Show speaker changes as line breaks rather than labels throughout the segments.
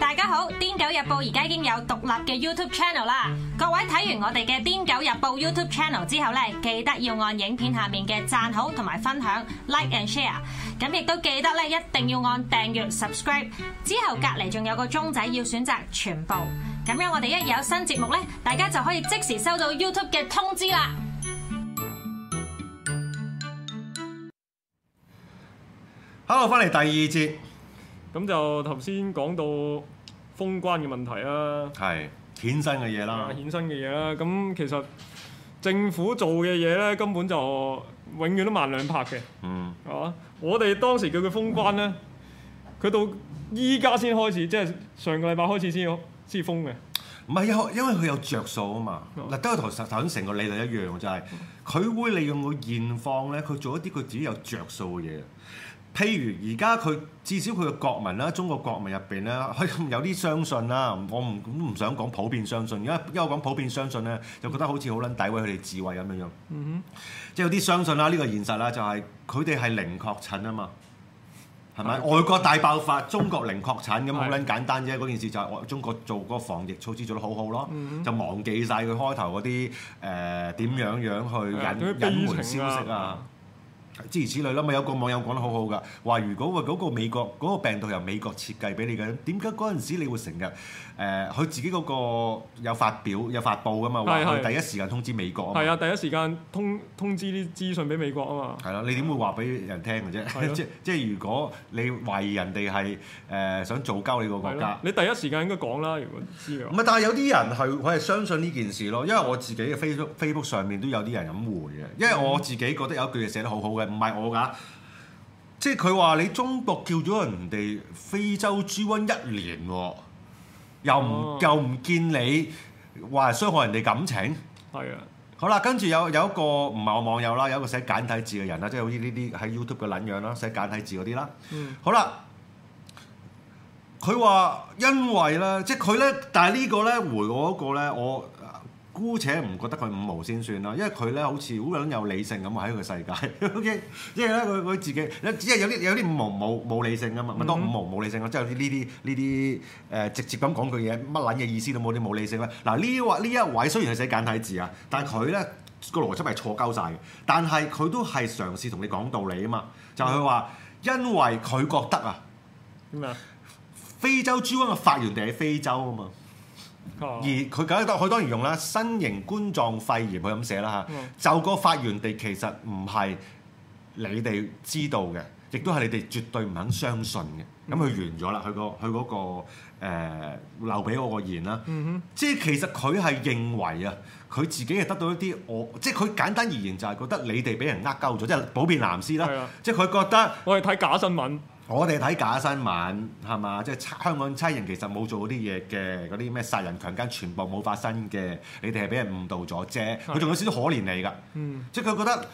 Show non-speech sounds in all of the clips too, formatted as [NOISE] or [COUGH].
大家好，《癲狗日報》而家已經有獨立嘅 YouTube channel 啦。各位睇完我哋嘅《癲狗日報》YouTube channel 之後呢，記得要按影片下面嘅讚好同埋分享 like and share。咁亦都記得咧，一定要按訂閱 subscribe。之後隔離仲有個鐘仔要選擇全部。咁樣我哋一有新節目呢，大家就可以即時收到 YouTube 嘅通知啦。
Hello，翻嚟第二節，
咁就頭先講到封關嘅問題啦，
係衍生嘅嘢啦
啊，衍生嘅嘢啦，咁其實政府做嘅嘢咧根本就永遠都萬兩拍嘅，
嗯，
係嘛？我哋當時叫佢封關咧，佢到依家先開始，即係上個禮拜開始先先封嘅，
唔係因因為佢有着數啊嘛。
哦
嗱，都係同頭先成個理論一樣，就係佢會利用個現況咧，佢做一啲佢自己有着數嘅嘢。譬如而家佢至少佢嘅國民啦，中國國民入邊咧，佢有啲相信啦。我唔唔想講普遍相信，因為因為我講普遍相信咧，就覺得好似好撚詆毀佢哋智慧咁樣樣。
嗯
即係有啲相信啦，呢、個現實啦，就係佢哋係零確診啊嘛。係咪？外國大爆發，中國零確診咁好撚簡單啫。嗰件事就係我中國做嗰個防疫措施做得好好咯，
嗯
就忘記晒佢開頭嗰啲誒點樣樣去
係啊佢
隱
悲
隱瞞消
情啊
息啊。諸如此類啦，咪有個網友講得好好噶，話如果喂嗰個美國嗰、個病毒由美國設計俾你嘅，點解嗰陣時你會成日誒佢自己嗰個有發表有發布噶嘛，話
係
佢
係
第一時間通知美國啊嘛
係，啊，第一時間通通知啲資訊俾美國啊嘛。
係啦，你點會話俾人聽嘅
係
啫？
咯
即即係如果你懷疑人哋係誒想做鳩你個國
係
家
咯，。你第一時間應該講啦，如果知嘅
唔
話。
係，但係有啲人係佢係相信呢件事咯，因為我自己嘅 Facebook Facebook 上面都有啲人咁回嘅，因為我自己覺得有一句嘢寫得好好嘅，唔係我㗎，即係佢話你中國叫咗人哋非洲豬瘟一年喎，又唔、
哦
又唔見你話傷害人哋感情。
係啊，
好啦，跟住有有一個唔係我網友啦，有一個寫簡體字嘅人啦，即係好似呢啲喺 YouTube 嘅撚樣啦，寫簡體字嗰啲啦。
嗯
好啦，佢話因為咧，即係佢咧，但係呢個咧回我嗰個咧，我呃姑且唔覺得佢五毛先算啦，因為佢咧好似好撚有理性咁喺佢世界。OK，即係 [LAUGHS] 咧佢佢自己，即係有啲有啲五毛冇冇理性噶嘛，咪當五毛冇理性啦，即係有啲呢啲呢啲誒直接咁講句嘢，乜撚嘅意思都冇啲冇理性啦。嗱呢位呢一位雖然係寫簡體字啊，但係佢咧。個邏輯係錯鳩晒嘅，但係佢都係嘗試同你講道理啊嘛，就係佢話因為佢覺得啊，
點啊？
非洲豬瘟嘅發源地喺非洲啊嘛，
啊
而佢梗係佢當然用啦，新型冠狀肺炎佢咁寫啦
嗯
嚇，就個發源地其實唔係你哋知道嘅，亦都係你哋絕對唔肯相信
嗯
嘅。咁佢完咗啦，佢個佢嗰個誒留俾我個言啦，
嗯
即係其實佢係認為啊，佢自己係得到一啲我，即係佢簡單而言就係覺得你哋俾人呃鳩咗，即係普遍藍絲
係
啦
啊，
即係佢覺得。
我哋睇假新聞，
我哋睇假新聞係嘛，即係差香港差人其實冇做嗰啲嘢嘅，嗰啲咩殺人強姦全部冇發生嘅，你哋係俾人誤導咗啫。佢仲有少少可憐你㗎，
嗯
即係佢覺得，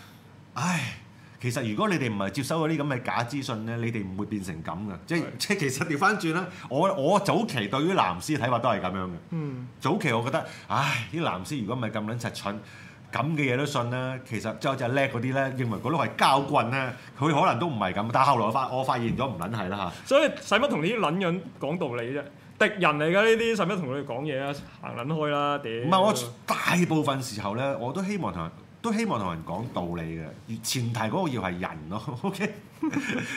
唉，其實如果你哋唔係接收嗰啲咁嘅假資訊咧，你哋唔會變成咁㗎。即係
係
即係其實調翻轉啦，我我早期對於藍絲嘅睇法都係咁樣嘅。
嗯，
早期我覺得，唉，啲藍絲如果唔係咁撚柒蠢，咁嘅嘢都信啦。其實即係就係叻嗰啲咧，認為嗰度係膠棍咧，佢可能都唔係咁。但係後來我發我發現咗唔撚係啦嚇。
所以使乜同呢啲撚樣講道理啫？敵人嚟㗎呢啲，使乜同佢哋講嘢啊？行撚開啦，屌！啊
唔係我大部分時候咧，我都希望同人都希望同人講道理嘅，而前提嗰個要係人咯。OK，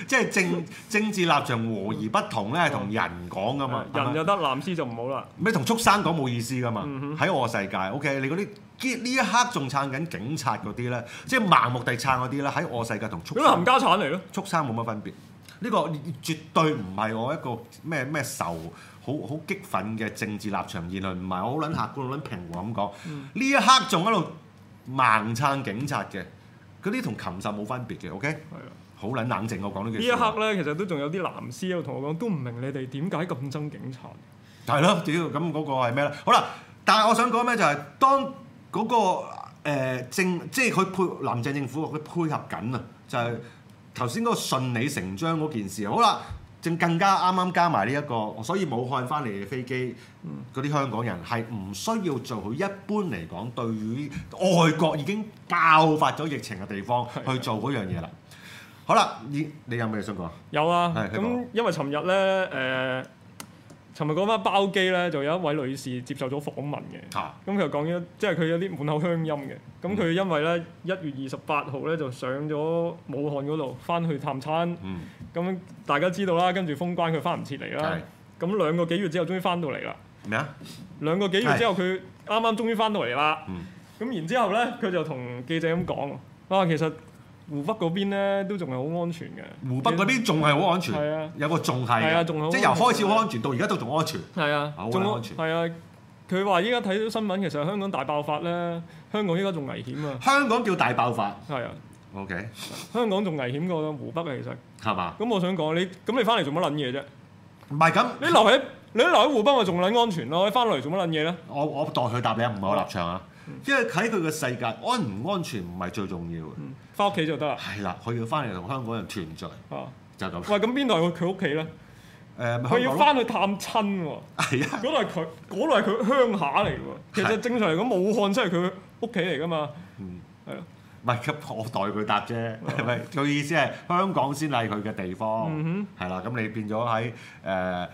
即係政政治立場和而不同咧，係同人講噶嘛。啊係咪
人就得，藍絲就唔好啦。
咩同畜生講冇意思噶嘛
嗯？
喺、我世界，OK，你嗰啲堅呢一刻仲撐緊警察嗰啲咧，即係盲目地撐嗰啲咧，喺我世界同畜
咁啊冚
生
家產嚟咯，
畜生冇乜分別。呢、個絕對唔係我一個咩咩仇好好激憤嘅政治立場言論，唔係我好撚客觀、好撚平和咁講。呢、
嗯
一刻仲喺度盲撐警察嘅，嗰啲同禽獸冇分別嘅，OK，
係啊！
好撚冷靜我講呢句
呢一
說話。
刻咧，其實都仲有啲藍絲喺度同我講，都唔明你哋點解咁憎警察。
係咯，屌咁嗰個係咩咧？好啦，但係我想講咩就係、當嗰個誒政即係佢配林鄭政府佢配合緊啊，就係頭先嗰個順理成章嗰件事。好啦，正更加啱啱加埋呢一個，所以武漢翻嚟嘅飛機嗰啲香港人係唔需要做好一般嚟講對於外國已經爆發咗疫情嘅地方去做嗰樣嘢啦。好啦，你你有咩想講？
有啊，
係
咁因為尋日咧，誒、尋日嗰班包機咧，就有一位女士接受咗訪問嘅。
嚇
咁佢就講咗，即係佢有啲滿口鄉音嘅。咁佢因為咧一月二十八號咧就上咗武漢嗰度，翻去探親。
嗯
咁大家知道啦，跟住封關佢翻唔切嚟啦
係。
咁兩個幾月之後終於翻到嚟啦。
咩啊？
兩個幾月之後佢啱啱終於翻到嚟啦。
嗯
咁然之後咧，佢就同記者咁講：啊，其實湖北嗰邊咧都仲係好安全嘅。
湖北嗰邊仲係好安全，
係啊
有個仲
係
係
啊
嘅，
仲好
即係由開始好安全到而家都仲安全。
係啊
好，
仲
啊
有
安全
係啊，佢話依家睇到新聞，其實香港大爆發咧，香港依家仲危險啊，
香港叫大爆發
係啊，
，OK
香港仲危險過湖北啊，其實。
係嘛？
咁我想講你，咁你翻嚟做乜撚嘢啫？
唔係咁，
你留喺你留喺湖北咪仲撚安全咯？你翻嚟做乜撚嘢咧？
我我代佢答你啊，唔係我立場啊。因為喺佢嘅世界，安唔安全唔係最重要嘅，
翻屋企就得啦。
係啦，佢要翻嚟同香港人團聚
啊，
就係咁。
喂，咁邊度係佢屋企咧？
誒，咪
佢
香
要
港咯
翻去探親喎，
係啊，
嗰度係佢，嗰度係佢鄉下嚟喎。其實
係
正常嚟講，武漢真係佢屋企嚟噶嘛。係啊，
唔係咁我代佢答啫，係咪？佢意思係香港先係佢嘅地方，
嗯
係啦。咁你變咗喺誒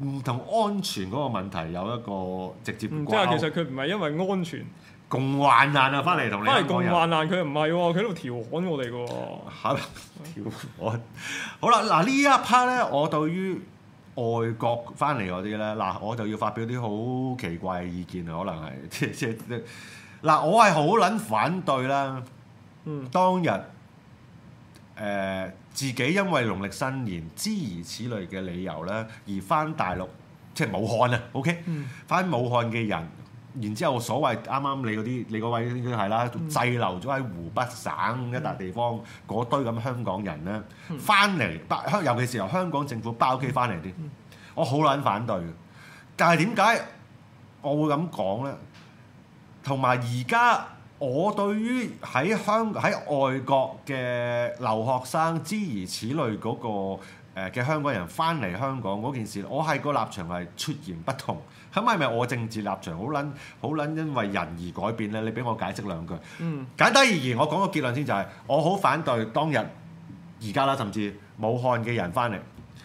唔同安全嗰個問題有一個直接
嗯
掛
即係
鈎
其實佢唔係因為安全。
共患難啊！翻嚟同你
翻
香港
嚟共
人
患難，佢唔係喎，佢喺度調侃我哋嘅喎。
嚇跳我好啦，嗱呢一 part 咧，我對於外國翻嚟嗰啲咧，嗱我就要發表啲好奇怪嘅意見啊，可能係即即即嗱，我係好撚反對啦。
嗯，
當日誒、呃自己因為農曆新年諸如此類嘅理由咧，而翻大陸，即係武漢啊，OK，翻、
嗯
武漢嘅人，然之後所謂啱啱你嗰啲，你嗰位應該係啦，滯留咗喺湖北省一笪地方嗰、堆咁香港人咧，翻嚟包香，尤其是由香港政府包機翻嚟啲，我好撚反對嘅。但係點解我會咁講咧？同埋而家我對於喺香喺外國嘅留學生諸如此類嗰、個呃嘅、香港人翻嚟香港嗰件事，我係個立場係出言不同。咁係咪我政治立場好撚好撚因為人而改變咧？你俾我解釋兩句。
嗯，
簡單而言，我講個結論先就係、我好反對當日而家啦，甚至武漢嘅人翻嚟。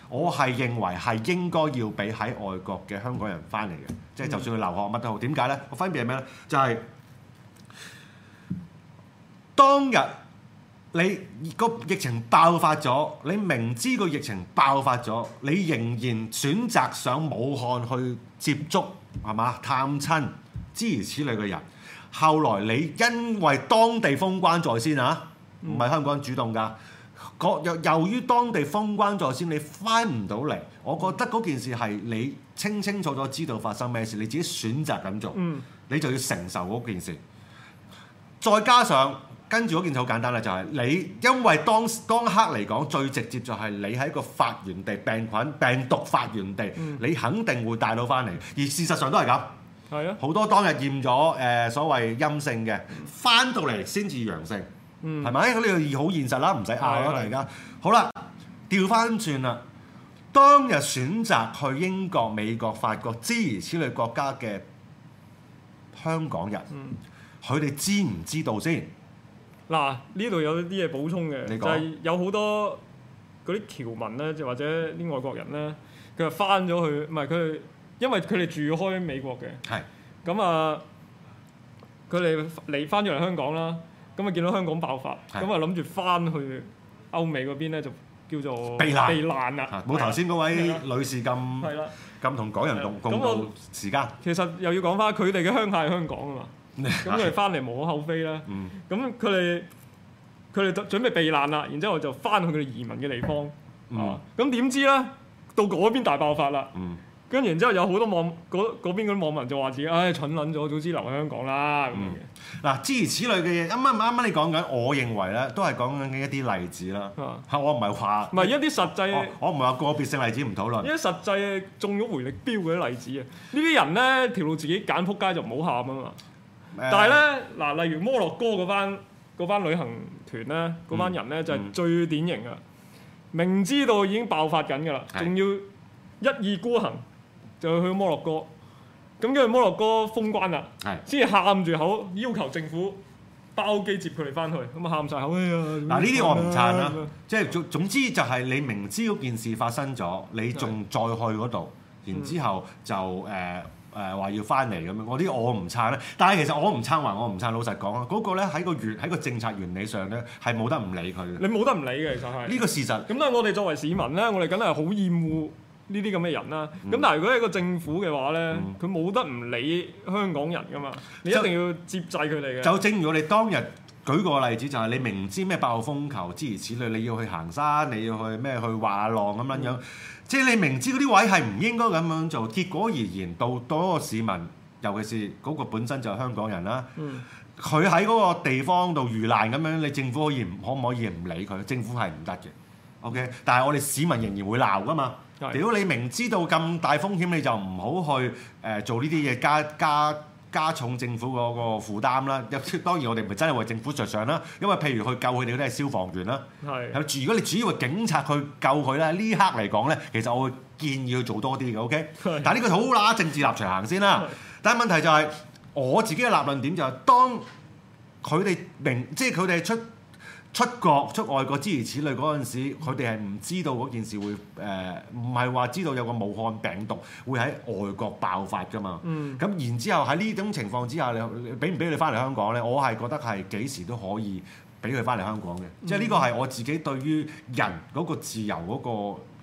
我係認為係應該要俾喺外國嘅香港人翻嚟嘅，即係就算佢留學乜都好。點解呢？個分別係咩呢？就係、當日你個疫情爆發咗，你明知個疫情爆發咗，你仍然選擇上武漢去接觸係嘛探親諸如此類嘅人。後來你因為當地封關在先啊，唔係香港主動㗎。嗰由由於當地封關在先，你翻唔到嚟，我覺得嗰件事係你清清楚楚知道發生咩事，你自己選擇咁做，
嗯
你就要承受嗰件事。再加上跟住嗰件事好簡單啦，就係、你因為當當刻嚟講最直接就係你喺個發源地病菌病毒發源地，你肯定會帶到翻嚟，而事實上都係咁。
係啊，
好多當日驗咗誒、呃所謂陰性嘅，翻到嚟先至陽性，
嗯
係咪、呢個好現實啦，唔使拗啦，
係
大家。好啦，調翻轉啦，當日選擇去英國、美國、法國諸如此類國家嘅香港人，
嗯
佢哋、知唔知道先？
嗱呢度有啲嘢補充嘅，
你
就
講
係有好多嗰啲僑民咧，就或者啲外國人咧，佢就翻咗去，唔係佢，因為佢哋住開美國嘅，
係
咁啊，佢哋嚟翻咗嚟香港啦，咁啊見到香港爆發，咁
係
啊諗住翻去歐美嗰邊咧就叫做
避難
避難啦
嚇，冇頭先嗰位
係啊
女士
係
咁
啦。
咁同港人共
係啊
共
咁我
度時間，
其實又要講翻佢哋嘅鄉下係香港啊嘛，咁佢哋翻嚟無可厚非啦。
嗯
咁佢哋佢哋準備避難啦，然之後就翻去佢哋移民嘅地方。
[LAUGHS] 嗯
啊咁點知咧，到嗰邊大爆發啦。
嗯
跟住然之後有好多網嗰嗰邊嗰啲網民就話自己唉蠢撚咗，早知留喺香港啦咁樣嘅。
嗱，諸如此類嘅嘢，啱啱啱啱你講緊，我認為咧都係講緊一啲例子啦。
啊
嚇，我唔係話
唔係一啲實際
我。我唔係話個別性例子唔討
[LAUGHS] 一
論，
啲實際中咗回力標嗰啲例子啊，呢啲人咧條路自己揀，撲街就唔好喊啊嘛。
誒
但係咧嗱，例如摩洛哥嗰班嗰班旅行團
嗯
咧，嗰班人咧就係最典型啊！明知道已經爆發緊㗎啦，
係
仲要一意孤行就去摩洛哥。咁跟住摩洛哥封關啦，
係
先至喊住口要求政府包機接佢哋翻去，咁啊喊晒口哎呀！啊
嗱呢啲我唔撐啊啦
咁樣，
即係總總之就係你明知嗰件事發生咗，你仲再去嗰度，然之後
嗯
就誒誒話要翻嚟咁樣，嗰啲我唔撐咧。但係其實我唔撐還我唔撐，老實講啊，嗰、個咧喺個原喺個政策原理上咧係冇得唔理佢嘅。
你冇得唔理嘅，其實係。
呢個事實
咁但係我哋作為市民咧，我哋梗係好厭惡呢啲咁嘅人啦。
嗯
咁、但係如果係一個政府嘅話咧，佢冇、得唔理香港人噶嘛，你一
就
定要接濟佢哋嘅。
就正如我哋當日舉個例子，就係、你明知咩爆風球諸如此類，你要去行山，你要去咩去滑浪咁樣樣，即係你明知嗰啲位係唔應該咁樣做，結果而言到到嗰個市民，尤其是嗰個本身就係香港人啦。
嗯
佢喺嗰個地方度遇難咁樣，你政府可以唔可唔可以唔理佢？政府係唔得嘅。OK，但係我哋市民仍然會鬧噶嘛。
係
屌你明知道咁大風險，你就唔好去誒、呃做呢啲嘢，加加加重政府嗰個負擔啦。當然我哋唔係真係為政府着想啦，因為譬如去救佢哋嗰啲係消防員啦。
係
係如果你主要係警察去救佢咧，呢刻嚟講咧，其實我會建議佢做多啲嘅，OK
係。
但係呢個好乸政治立場行先啦
係。
但係問題就係、我自己嘅立論點就係、當佢哋明，即係佢哋出出國、出外國諸如此類嗰陣時，佢哋係唔知道嗰件事會誒，唔係話知道有個武漢病毒會喺外國爆發㗎嘛。
嗯
咁然之後喺呢種情況之下，你你俾唔俾佢哋翻嚟香港咧？我係覺得係幾時都可以俾佢翻嚟香港嘅，即係呢個係我自己對於人嗰個自由嗰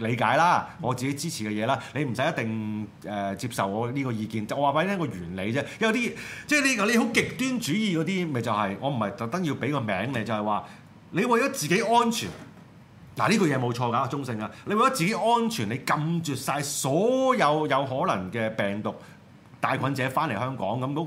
個理解啦，我自己支持嘅嘢啦。你唔使一定誒、呃接受我呢個意見，就我話俾你聽個原理啫。有啲即係呢個你好極端主義嗰啲，咪就係、我唔係特登要俾個名你，就係、話你為咗自己安全。嗱呢個嘢冇錯㗎，中性啊！你為咗自己安全，你禁絕晒所有有可能嘅病毒帶菌者翻嚟香港，咁嗰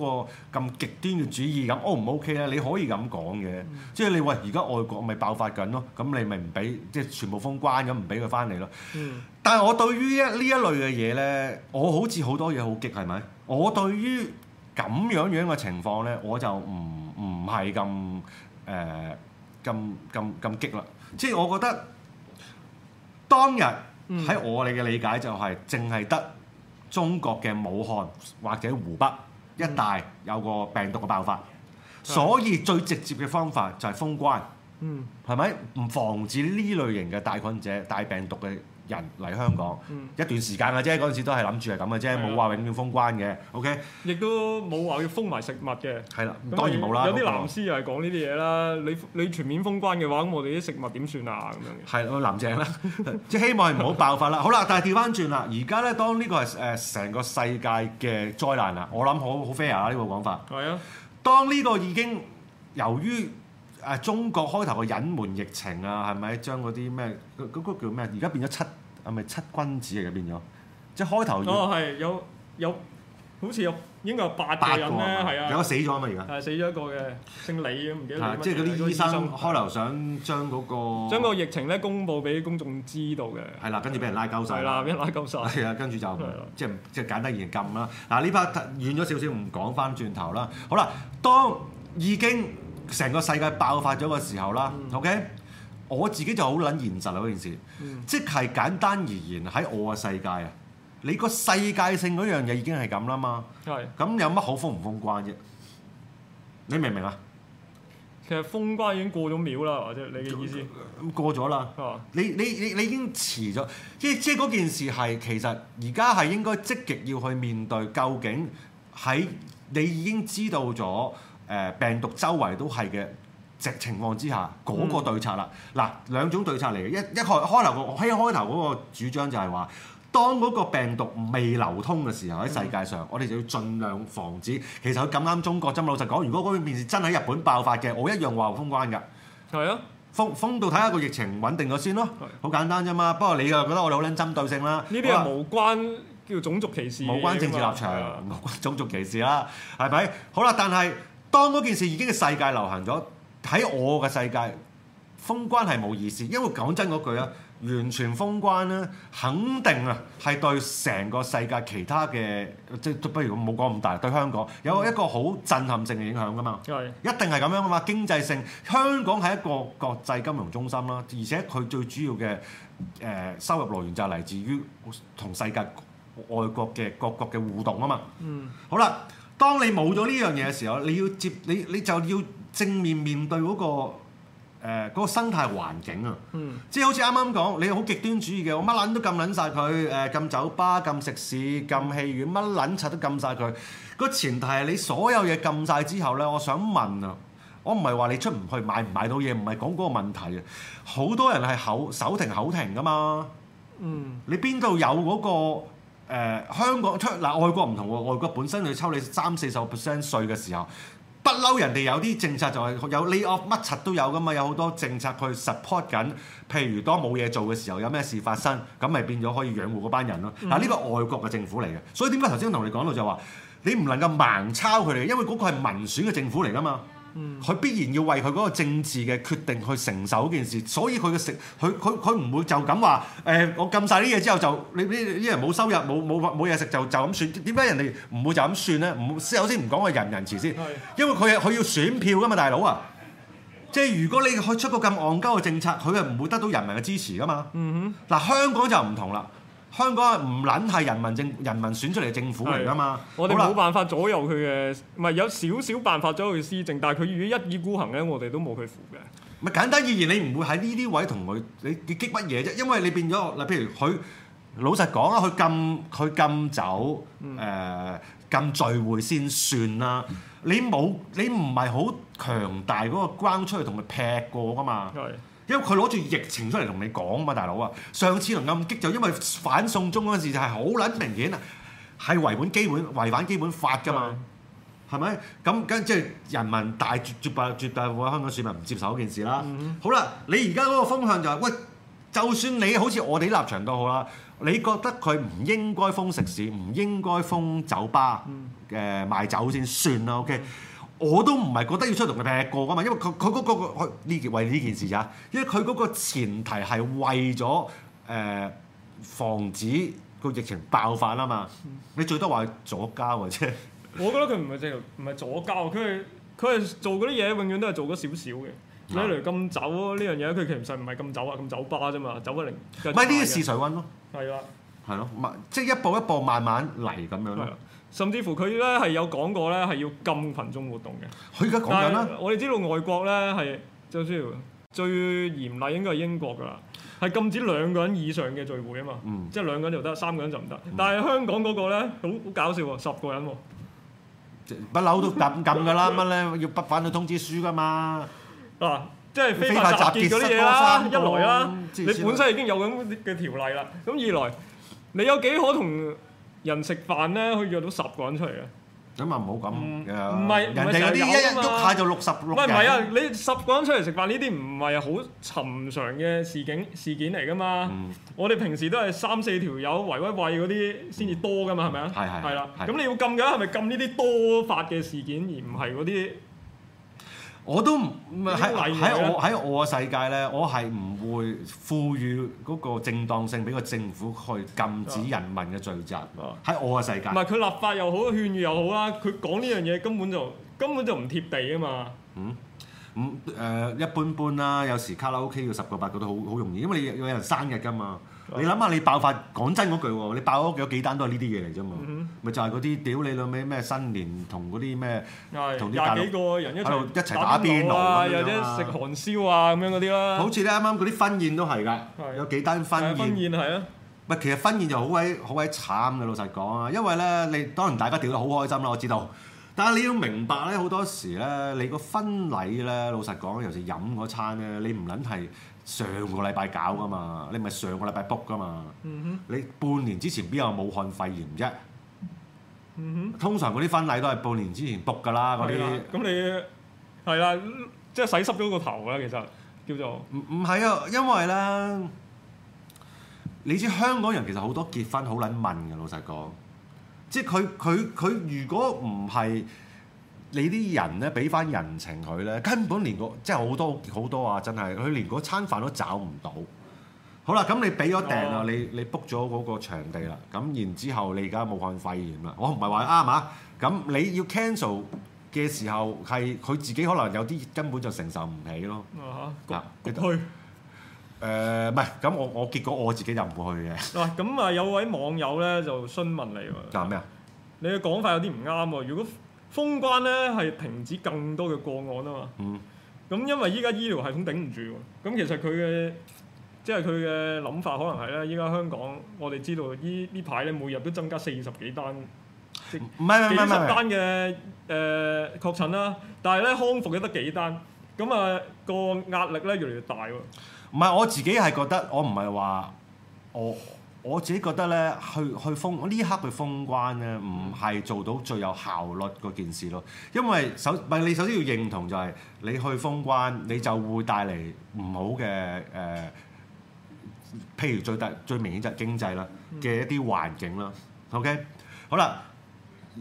個咁極端嘅主義咁，O 唔 O K 咧？你可以咁講嘅，即係你喂而家外國咪爆發緊咯，咁你咪唔俾即係全部封關咁，唔俾佢翻嚟咯。
嗯
但係我對於一呢一類嘅嘢咧，我好似好多嘢好激係咪？我對於咁樣樣嘅情況咧，我就唔唔係咁誒咁咁咁激啦。即係我覺得當日
嗯
喺我哋嘅理解就係淨係得中國嘅武漢或者湖北一帶有個病毒嘅爆發，所以最直接嘅方法就係封關。
嗯
係咪唔防止呢類型嘅帶菌者、帶病毒嘅人嚟香港、
嗯，
一段時間嘅啫？嗰陣時都係諗住係咁嘅啫，
係啊
冇話永遠封關嘅。OK，
亦都冇話要封埋食物嘅。
係啦，嗯
咁
當然冇啦。啊
有啲
嗰個
藍絲又係講呢啲嘢啦。你你全面封關嘅話，咁我哋啲食物點算啊？咁樣嘅。
係啦，林鄭啦， [LAUGHS] 即係希望係唔好爆發啦。好啦，但係調翻轉啦，而家咧當呢個係誒成個世界嘅災難啦，我諗好好 fair 啦呢個講法。
係啊，
當呢個已經由於誒中國開頭嘅隱瞞疫情啊，係咪將嗰啲咩嗰嗰個叫咩？而家變咗七係咪七君子嚟嘅變咗？即係開頭要
哦係有有，好似有應該有八個
八個
人
啊
咧，
嘛
係啊，
有個死咗啊嘛而家
係死咗一個嘅，姓李咁唔記得
啊，
李乜
即係嗰
嘢啦
啲醫
嗰
生
個
開頭想將嗰個
將個疫情咧公佈俾公眾知道嘅，
係啦，啊跟住俾人拉鳩晒
係啦，俾人拉夠晒。
[LAUGHS] 係啊，跟住就
係啦
即係即係簡單而言禁啦。嗱呢 part 遠咗少少，唔講翻轉頭啦。好啦，當已經成個世界爆發咗嘅時候啦、o
嗯
k 我自己就好撚現實啦嗰件事，
嗯
即係簡單而言喺我嘅世界啊，你個世界性嗰樣嘢已經係咁啦嘛，
係，
咁有乜好封唔封關啫？你明唔明啊？
其實封關已經過咗秒啦，或者你嘅
[LAUGHS]
意思
咁過咗啦。
啊？
你你你你已經遲咗，即即嗰件事係其實而家係應該積極要去面對，究竟喺你已經知道咗誒、呃病毒周圍都係嘅直情況之下，嗰、個對策啦。嗱、兩種對策嚟嘅，一一開開頭個喺開頭嗰個主張就係話。當嗰個病毒未流通嘅時候喺世界上，我哋就要盡量防止。其實佢咁啱中國針，老實講，如果嗰件事真喺日本爆發嘅，我一樣話封關㗎。
係啊，
封封到睇下個疫情穩定咗先咯
係，
好簡單啫嘛。不過你又覺得我哋好撚針對性啦，
呢啲
好啦
係無關叫種族歧視嘅嘢㗎嘛，
無關政治立
係啊
場，無關種族歧視啦，係咪？好啦，但係當嗰件事已經係世界流行咗，喺我嘅世界封關係冇意思，因為講真嗰句啊，完全封關咧，肯定啊係對成個世界其他嘅，即係都不如唔好講咁大，對香港有一個好震撼性嘅影響噶嘛。
係
一定係咁樣噶嘛，經濟性香港係一個國際金融中心啦，而且佢最主要嘅誒、呃收入來源就係嚟自於同世界外國嘅各國嘅互動啊嘛。
嗯
好啦，當你冇咗呢樣嘢嘅時候，你要接你你就要正面面對嗰、個誒、呃嗰個生態環境啊。
嗯
即係好似啱啱講，你好極端主義嘅，我乜撚都禁撚晒佢，誒、禁酒吧、禁食肆、禁戲院，乜撚柒都禁晒佢。個前提係你所有嘢禁晒之後咧，我想問啊，我唔係話你出唔去買唔買到嘢，唔係講嗰個問題啊。好多人係口手停口停噶嘛，
嗯
你邊度有嗰、個、呃、香港出嗱、外國唔同喎，外國本身佢抽你三四十 percent 税嘅時候。不嬲人哋有啲政策就係有 lay off 乜柒都有噶嘛，有好多政策去 support 緊。譬如當冇嘢做嘅時候，有咩事發生，咁咪變咗可以養活嗰班人咯。嗱、呢個外國嘅政府嚟嘅，所以點解頭先同你講到就話，你唔能夠盲抄佢哋，因為嗰個係民選嘅政府嚟噶嘛。佢必然要為佢嗰個政治嘅決定去承受嗰件事，所以佢嘅承佢佢佢唔會就咁話誒，我禁晒啲嘢之後就你呢呢啲人冇收入冇冇冇嘢食就就咁算，點解人哋唔會就咁算咧？唔首先唔講係人人慈先
係，
因為佢係佢要選票噶嘛，大佬啊！即係如果你去出個咁戇鳩嘅政策，佢係唔會得到人民嘅支持噶嘛。
嗯
嗱，香港就唔同啦，香港係唔撚係人民政人民選出嚟嘅政府嚟噶嘛
哼，。我哋
好啦
冇辦法左右佢嘅，唔係有少少辦法左右佢施政，但係佢如果一意孤行咧，我哋都冇佢符嘅。
咪簡單而言，你唔會喺呢啲位同佢你你激乜嘢啫？因為你變咗嗱，譬如佢老實講啊，佢禁佢禁酒誒、
嗯
禁聚會先算啦。你冇你唔係好強大嗰個 ground 出去同佢劈過噶嘛？
係
因為佢攞住疫情出嚟同你講嘛，大佬啊！上次同暗擊就因為反送中嗰陣時就係好撚明顯啊，係違本基本違反基本法噶嘛。係咪？咁跟即係人民大絕絕大絕大部分香港市民唔接受嗰件事啦。好啦，你而家嗰個風向就係、喂，就算你好似我哋立場都好啦，你覺得佢唔應該封食肆，唔應該封酒吧，誒、賣酒先算啦。OK。我都唔係覺得要出同佢劈過噶嘛，因為佢佢嗰個佢呢件為呢件事咋，因為佢嗰個前提係為咗誒、呃防止個疫情爆發啊嘛，你最多話佢左交嘅啫。
我覺得佢唔係直頭唔係左交，佢係佢係做嗰啲嘢，永遠都係做咗少少嘅。你
啊
例如禁酒啊呢樣嘢，佢其實唔係禁酒啊，禁酒吧啫嘛，酒不零。
唔係呢個試水温咯，
係啦，
係咯，慢即係一步一步慢慢嚟咁樣
係啦
咯。。
啊甚至乎佢咧係有講過咧係要禁群眾活動嘅。
佢而家講緊
但係
啦，
我哋知道外國咧係最需要最嚴厲應該係英國㗎啦，係禁止兩個人以上嘅聚會啊嘛，
嗯
即係兩個人就得，三個人就唔得。但係香港嗰個咧好好搞笑喎，十個人喎，
不嬲都咁咁噶啦，乜咧要不反對通知書噶嘛。
嗱。啊即係非
非
法
法
集
集
結
結
嗰啲嘢
塞
啦，一
多三個
來啦，你
黐線
本身已經有咁嘅條例啦，咁二來你有幾可同人食飯咧，可以約到十個人出嚟嘅？
咁啊唔好咁
唔
嘅，
嗯唔係
人哋嗰啲
唔係成日有啊
一日
㗎嘛
喐下就六十
唔
六
係唔係啊！
人。
你十個人出嚟食飯呢啲唔係好尋常嘅事件事件嚟噶嘛？
嗯
我哋平時都係三四條友圍威喂嗰啲先至多噶嘛，係咪啊？
係係
係啦，
係
咁你要禁嘅係咪禁呢啲多發嘅事件，而唔係嗰啲
我都唔唔係喺
呢啲
喺
例外啊
我喺我嘅世界咧，我係唔會賦予嗰個正當性俾個政府去禁止
啊
人民嘅聚集。喺我嘅世界
唔，係佢立法又好勸喻又好啦，佢講呢樣嘢根本就根本就唔貼地啊嘛！
咁誒呃一般般啦，有時卡拉 OK 要十個八個都好好容易，因為你有有人生日㗎嘛。
哦
你諗下，你爆發講真嗰句喎，你爆咗幾多幾單都係呢啲嘢嚟啫
嗯
嘛，咪就係嗰啲屌你老味咩新年同嗰啲咩
係
同啲大
廿幾
陸，
個人一
喺度
齊
一齊打邊爐
啊，
咁樣
又或者
啊
食韓燒啊咁樣嗰啲啦
好，似你啱啱嗰啲婚宴都係㗎，
係
有幾單
係啊
婚宴
婚。宴係啊，
唔其實婚宴就好鬼好鬼慘嘅，老實講啊，因為咧你當然大家屌得好開心啦，我知道。但係你要明白咧，好多時咧你個婚禮咧，老實講，尤其是飲嗰餐咧，你唔撚係上個禮拜搞噶嘛，你唔係上個禮
嗯
拜 book 噶嘛，你半年之前邊有武漢肺炎啫？通常嗰啲婚禮都係半年之前 book 噶啦，嗰
嗯係啦
哦啲。，
咁你係啦，即係洗濕咗個頭啦，其實叫做
唔唔係啊，因為咧，你知香港人其實好多結婚好撚問嘅，老實講，即係佢佢佢如果唔係你啲人咧，俾翻人情佢咧，根本連個即係好多好多啊，真係佢連嗰餐飯都找唔到。好啦，咁你俾咗訂啦
哦，
你你 book 咗嗰個場地啦，咁然之後你而家武漢肺炎啦，我唔係話啱啊，咁你要 cancel 嘅時候係佢自己可能有啲根本就承受唔起咯。
啊
嗱
嚇，焗去。
誒呃唔係，咁我我結果我自己就唔會去嘅。
嗱咁啊，有位網友咧就詢問你喎，
嗱咩啊？
你嘅講法有啲唔啱喎。如果封關咧係停止更多嘅個案啊嘛，
嗯，
咁因為依家醫療系統頂唔住喎，咁其實佢嘅即係佢嘅諗法可能係咧，依家香港我哋知道依呢排咧每日都增加四十幾單。
唔係唔係
幾
唔係唔
十
係，
單嘅誒、呃、確診啦，但係咧康復嘅得幾單，咁啊個壓力咧越嚟越大喎。
唔係我自己係覺得我唔係話我我自己覺得咧，去去封呢一刻去封關咧，唔係做到最有效率嗰件事咯。因為首唔係你首先要認同就係、你去封關，你就會帶嚟唔好嘅誒、呃譬如最大最明顯就係經濟啦嘅一啲環境啦。OK，好啦。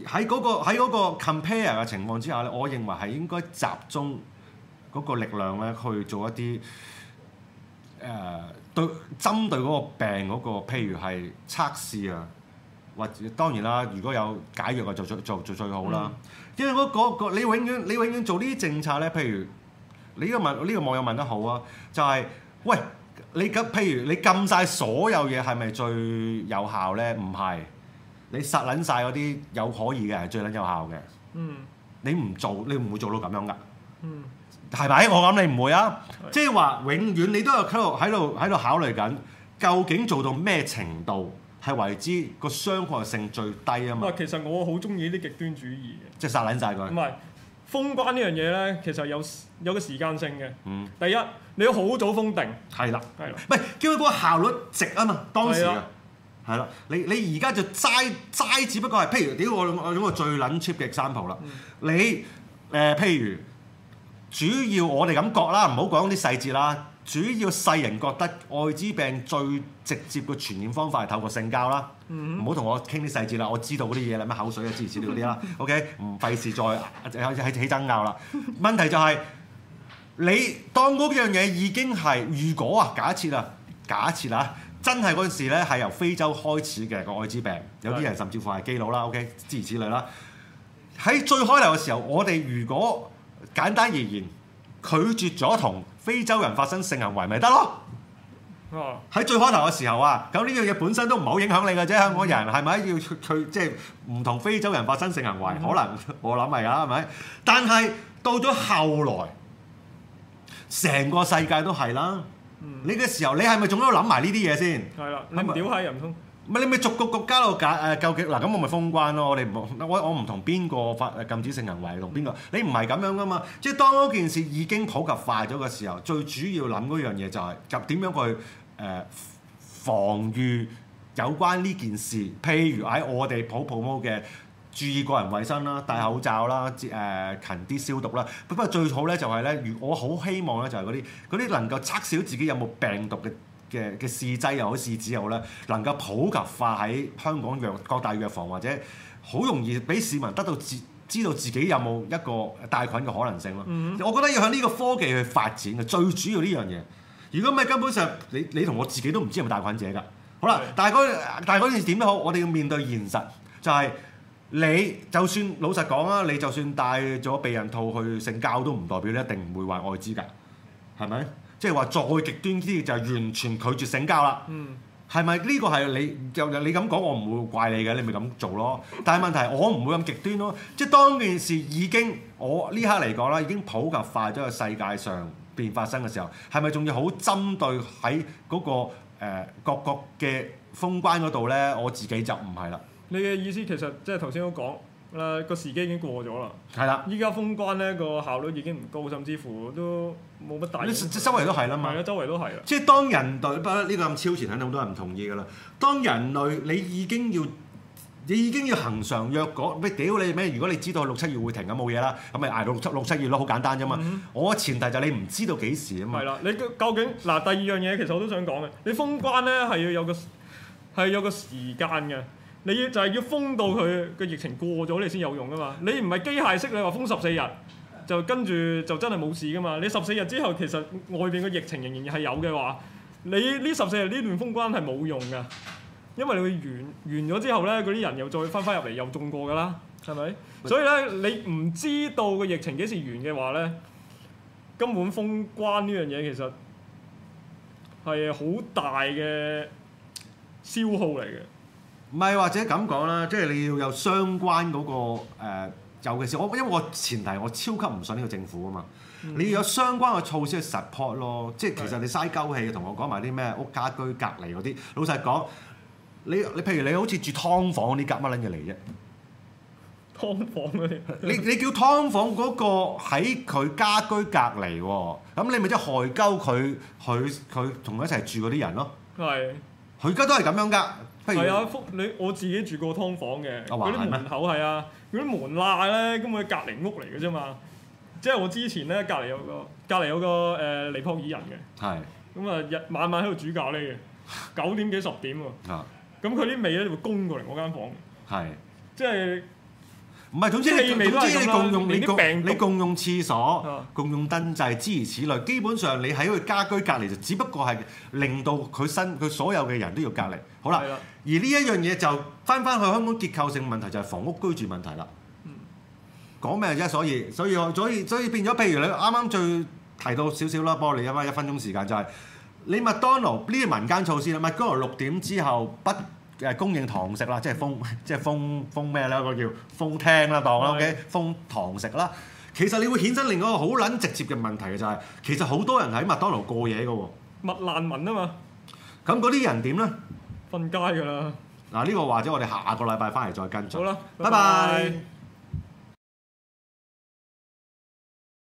喺嗰、個喺嗰個 compare 嘅情況之下咧，我認為係應該集中嗰個力量咧去做一啲誒、呃、對針對嗰個病嗰、個，譬如係測試啊，或者當然啦，如果有解藥啊，就最做做最好啦。因為嗰、個、個你永遠你永遠做呢啲政策咧，譬如你呢個問呢、個網友問得好啊，就係、喂你咁譬如你禁晒所有嘢係咪最有效咧？唔係。你殺撚晒嗰啲有可以嘅係最撚有效嘅，
嗯
你唔做你唔會做到咁樣噶，
嗯
係咪？我諗你唔會啊，
係
即係話永遠你都有喺度喺度喺度考慮緊，究竟做到咩程度係為之個傷害性最低啊
咁
嘛
啊，，其實我好中意呢啲極端主義嘅，
即係殺撚晒佢
唔，係封關呢樣嘢咧，其實有有個時間性嘅。
嗯，
第一，你要好早封定，
係啦，
係啦，
唔係因為嗰個效率值啊嘛，當時
係
啊
啊。
係啦，你你而家就齋齋，只不過係譬如屌我用我用個最撚 cheap 嘅 example 啦，
嗯
你誒、呃譬如主要我哋咁覺啦，唔好講啲細節啦。主要世人覺得艾滋病最直接嘅傳染方法係透過性交啦，唔好同我傾啲細節啦，我知道嗰啲嘢啦，咩口水啊、諸如此類嗰啲啦，OK，唔費事再喺喺起爭拗啦。問題就係、你當嗰樣嘢已經係，如果啊，假設啊，假設啊，真係嗰陣時咧係由非洲開始嘅個艾滋病，有啲人甚至乎係基佬啦，OK，諸如此類啦。喺最開頭嘅時候，我哋如果簡單而言拒絕咗同非洲人發生性行為，咪得咯。
啊
喺最開頭嘅時候啊，咁呢樣嘢本身都唔係好影響你嘅啫，香港人係咪要佢即係唔同非洲人發生性行為？可能我諗係啊，係咪？但係到咗後來，成個世界都係啦。你嘅時候，你係咪仲喺度諗埋呢啲嘢先？
係啦，
啊
你唔屌閪人通，
唔係你咪逐個國家度解誒究竟嗱咁我咪封關咯，我哋唔我我唔同邊個發誒禁止性行為同邊個，你唔係咁樣噶嘛？即係當嗰件事已經普及化咗嘅時候，最主要諗嗰樣嘢就係及點樣去誒、呃防禦有關呢件事，譬如喺我哋普普摩嘅。注意個人衞生啦，戴口罩啦，誒、勤啲消毒啦。不過最好咧就係咧，如我好希望咧就係嗰啲嗰啲能夠測小自己有冇病毒嘅嘅嘅試劑又好試紙又好咧，能夠普及化喺香港藥各大藥房或者好容易俾市民得到自知道自己有冇一個帶菌嘅可能性咯。我覺得要向呢個科技去發展嘅，最主要呢樣嘢。如果唔係根本上你你同我自己都唔知係咪帶菌者㗎。好啦
係，
但係嗰但係嗰件事點都好，我哋要面對現實，就係、你就算老實講啊，你就算戴咗避孕套去性交都唔代表你一定唔會患愛滋㗎，係咪？即係話再極端啲就係完全拒絕性交啦。
嗯
係咪呢個係你就你咁講，我唔會怪你嘅，你咪咁做咯。但係問題係我唔會咁極端咯。即係當件事已經我呢刻嚟講啦，已經普及化咗喺世界上邊發生嘅時候，係咪仲要好針對喺嗰、個、呃、各國嘅封關嗰度咧？我自己就唔係啦，
你嘅意思其實即係頭先都講啦，個時機已經過咗啦。
係啦，
依家封關咧個效率已經唔高，甚至乎都冇乜大
你
影
周
響。
周圍都係啦嘛
係。啊啦，周圍都係啦。
即係當人類不呢、個咁超前，肯定好多人唔同意噶啦。當人類你已經要你已經要恒常約講，咩屌你咩？如果你知道六七月會停咁冇嘢啦，咁咪捱到六七六七月咯，好簡單啫嘛。我嘅前提就係你唔知道幾時啊嘛
係。啦，你究究竟嗱第二樣嘢其實我都想講嘅，你封關咧係要有個係有個時間嘅，你要就係要封到佢個疫情過咗你先有用噶嘛，你唔係機械式你話封十四日。就跟住就真係冇事噶嘛？你十四日之後，其實外邊嘅疫情仍然係有嘅話，你呢十四日呢段封關係冇用㗎，因為你會完完咗之後咧，嗰啲人又再翻翻入嚟又中過㗎啦，係咪？所以咧，你唔知道個疫情幾時完嘅話咧，根本封關呢樣嘢其實係好大嘅消耗嚟嘅。
唔係或者咁講啦，即係你要有相關嗰、個、呃、尤其是我因為我前提我超級唔信呢個政府啊嘛，
嗯
你要有相關嘅措施去 support 咯，即係其實你嘥鳩氣嘅，同我講埋啲咩屋家居隔離嗰啲，老實講，你你譬如你好似住劏房啲夾乜撚嘢嚟啫？
嗯劏房嗰啲，
你你叫劏房嗰個喺佢家居隔離喎，咁你咪即係害鳩佢佢佢同佢一齊住嗰啲人咯，
係
佢而家都係咁樣噶，譬
係啊，
如
福你我自己住過劏房嘅，
啊哇
嗰啲門口係啊，嗰啲門罅咧根本係隔離屋嚟嘅啫嘛。即係我之前咧，隔離有個隔離有個誒、呃尼泊爾人嘅，
係
咁啊日晚晚喺度煮咖喱嘅，九點幾十點喎，
啊
咁佢啲味咧就會攻過嚟我間房，
係。
即係
唔係，總之你
氣味都係
總之你
咁啦
共用
連
你
啲
共
病毒
你共用廁所
啊、
共用燈掣諸如此類，基本上你喺佢家居隔離就只不過係令到佢身佢所有嘅人都要隔離。好啦，
係
而
啦
呢一樣嘢就翻翻去香港結構性問題就係房屋居住問題啦。講咩啫？所以所以所以所以變咗，譬如你啱啱最提到少少啦，不過你一翻一分鐘時間就係、你麥當勞呢啲民間措施啦，麥當勞六點之後不誒供應堂食啦，即係封 [LAUGHS] 即係封封咩咧？嗰個叫封廳啦，當啦
係
，OK，封堂食啦。其實你會衍生另一個好撚直接嘅問題嘅就係、其實好多人喺麥當勞過夜嘅喎，
物難民啊嘛，
咁嗰啲人點咧？
瞓街㗎啦。
嗱，呢個或者我哋下個禮拜翻嚟再跟進。
好啦，
拜
拜拜
拜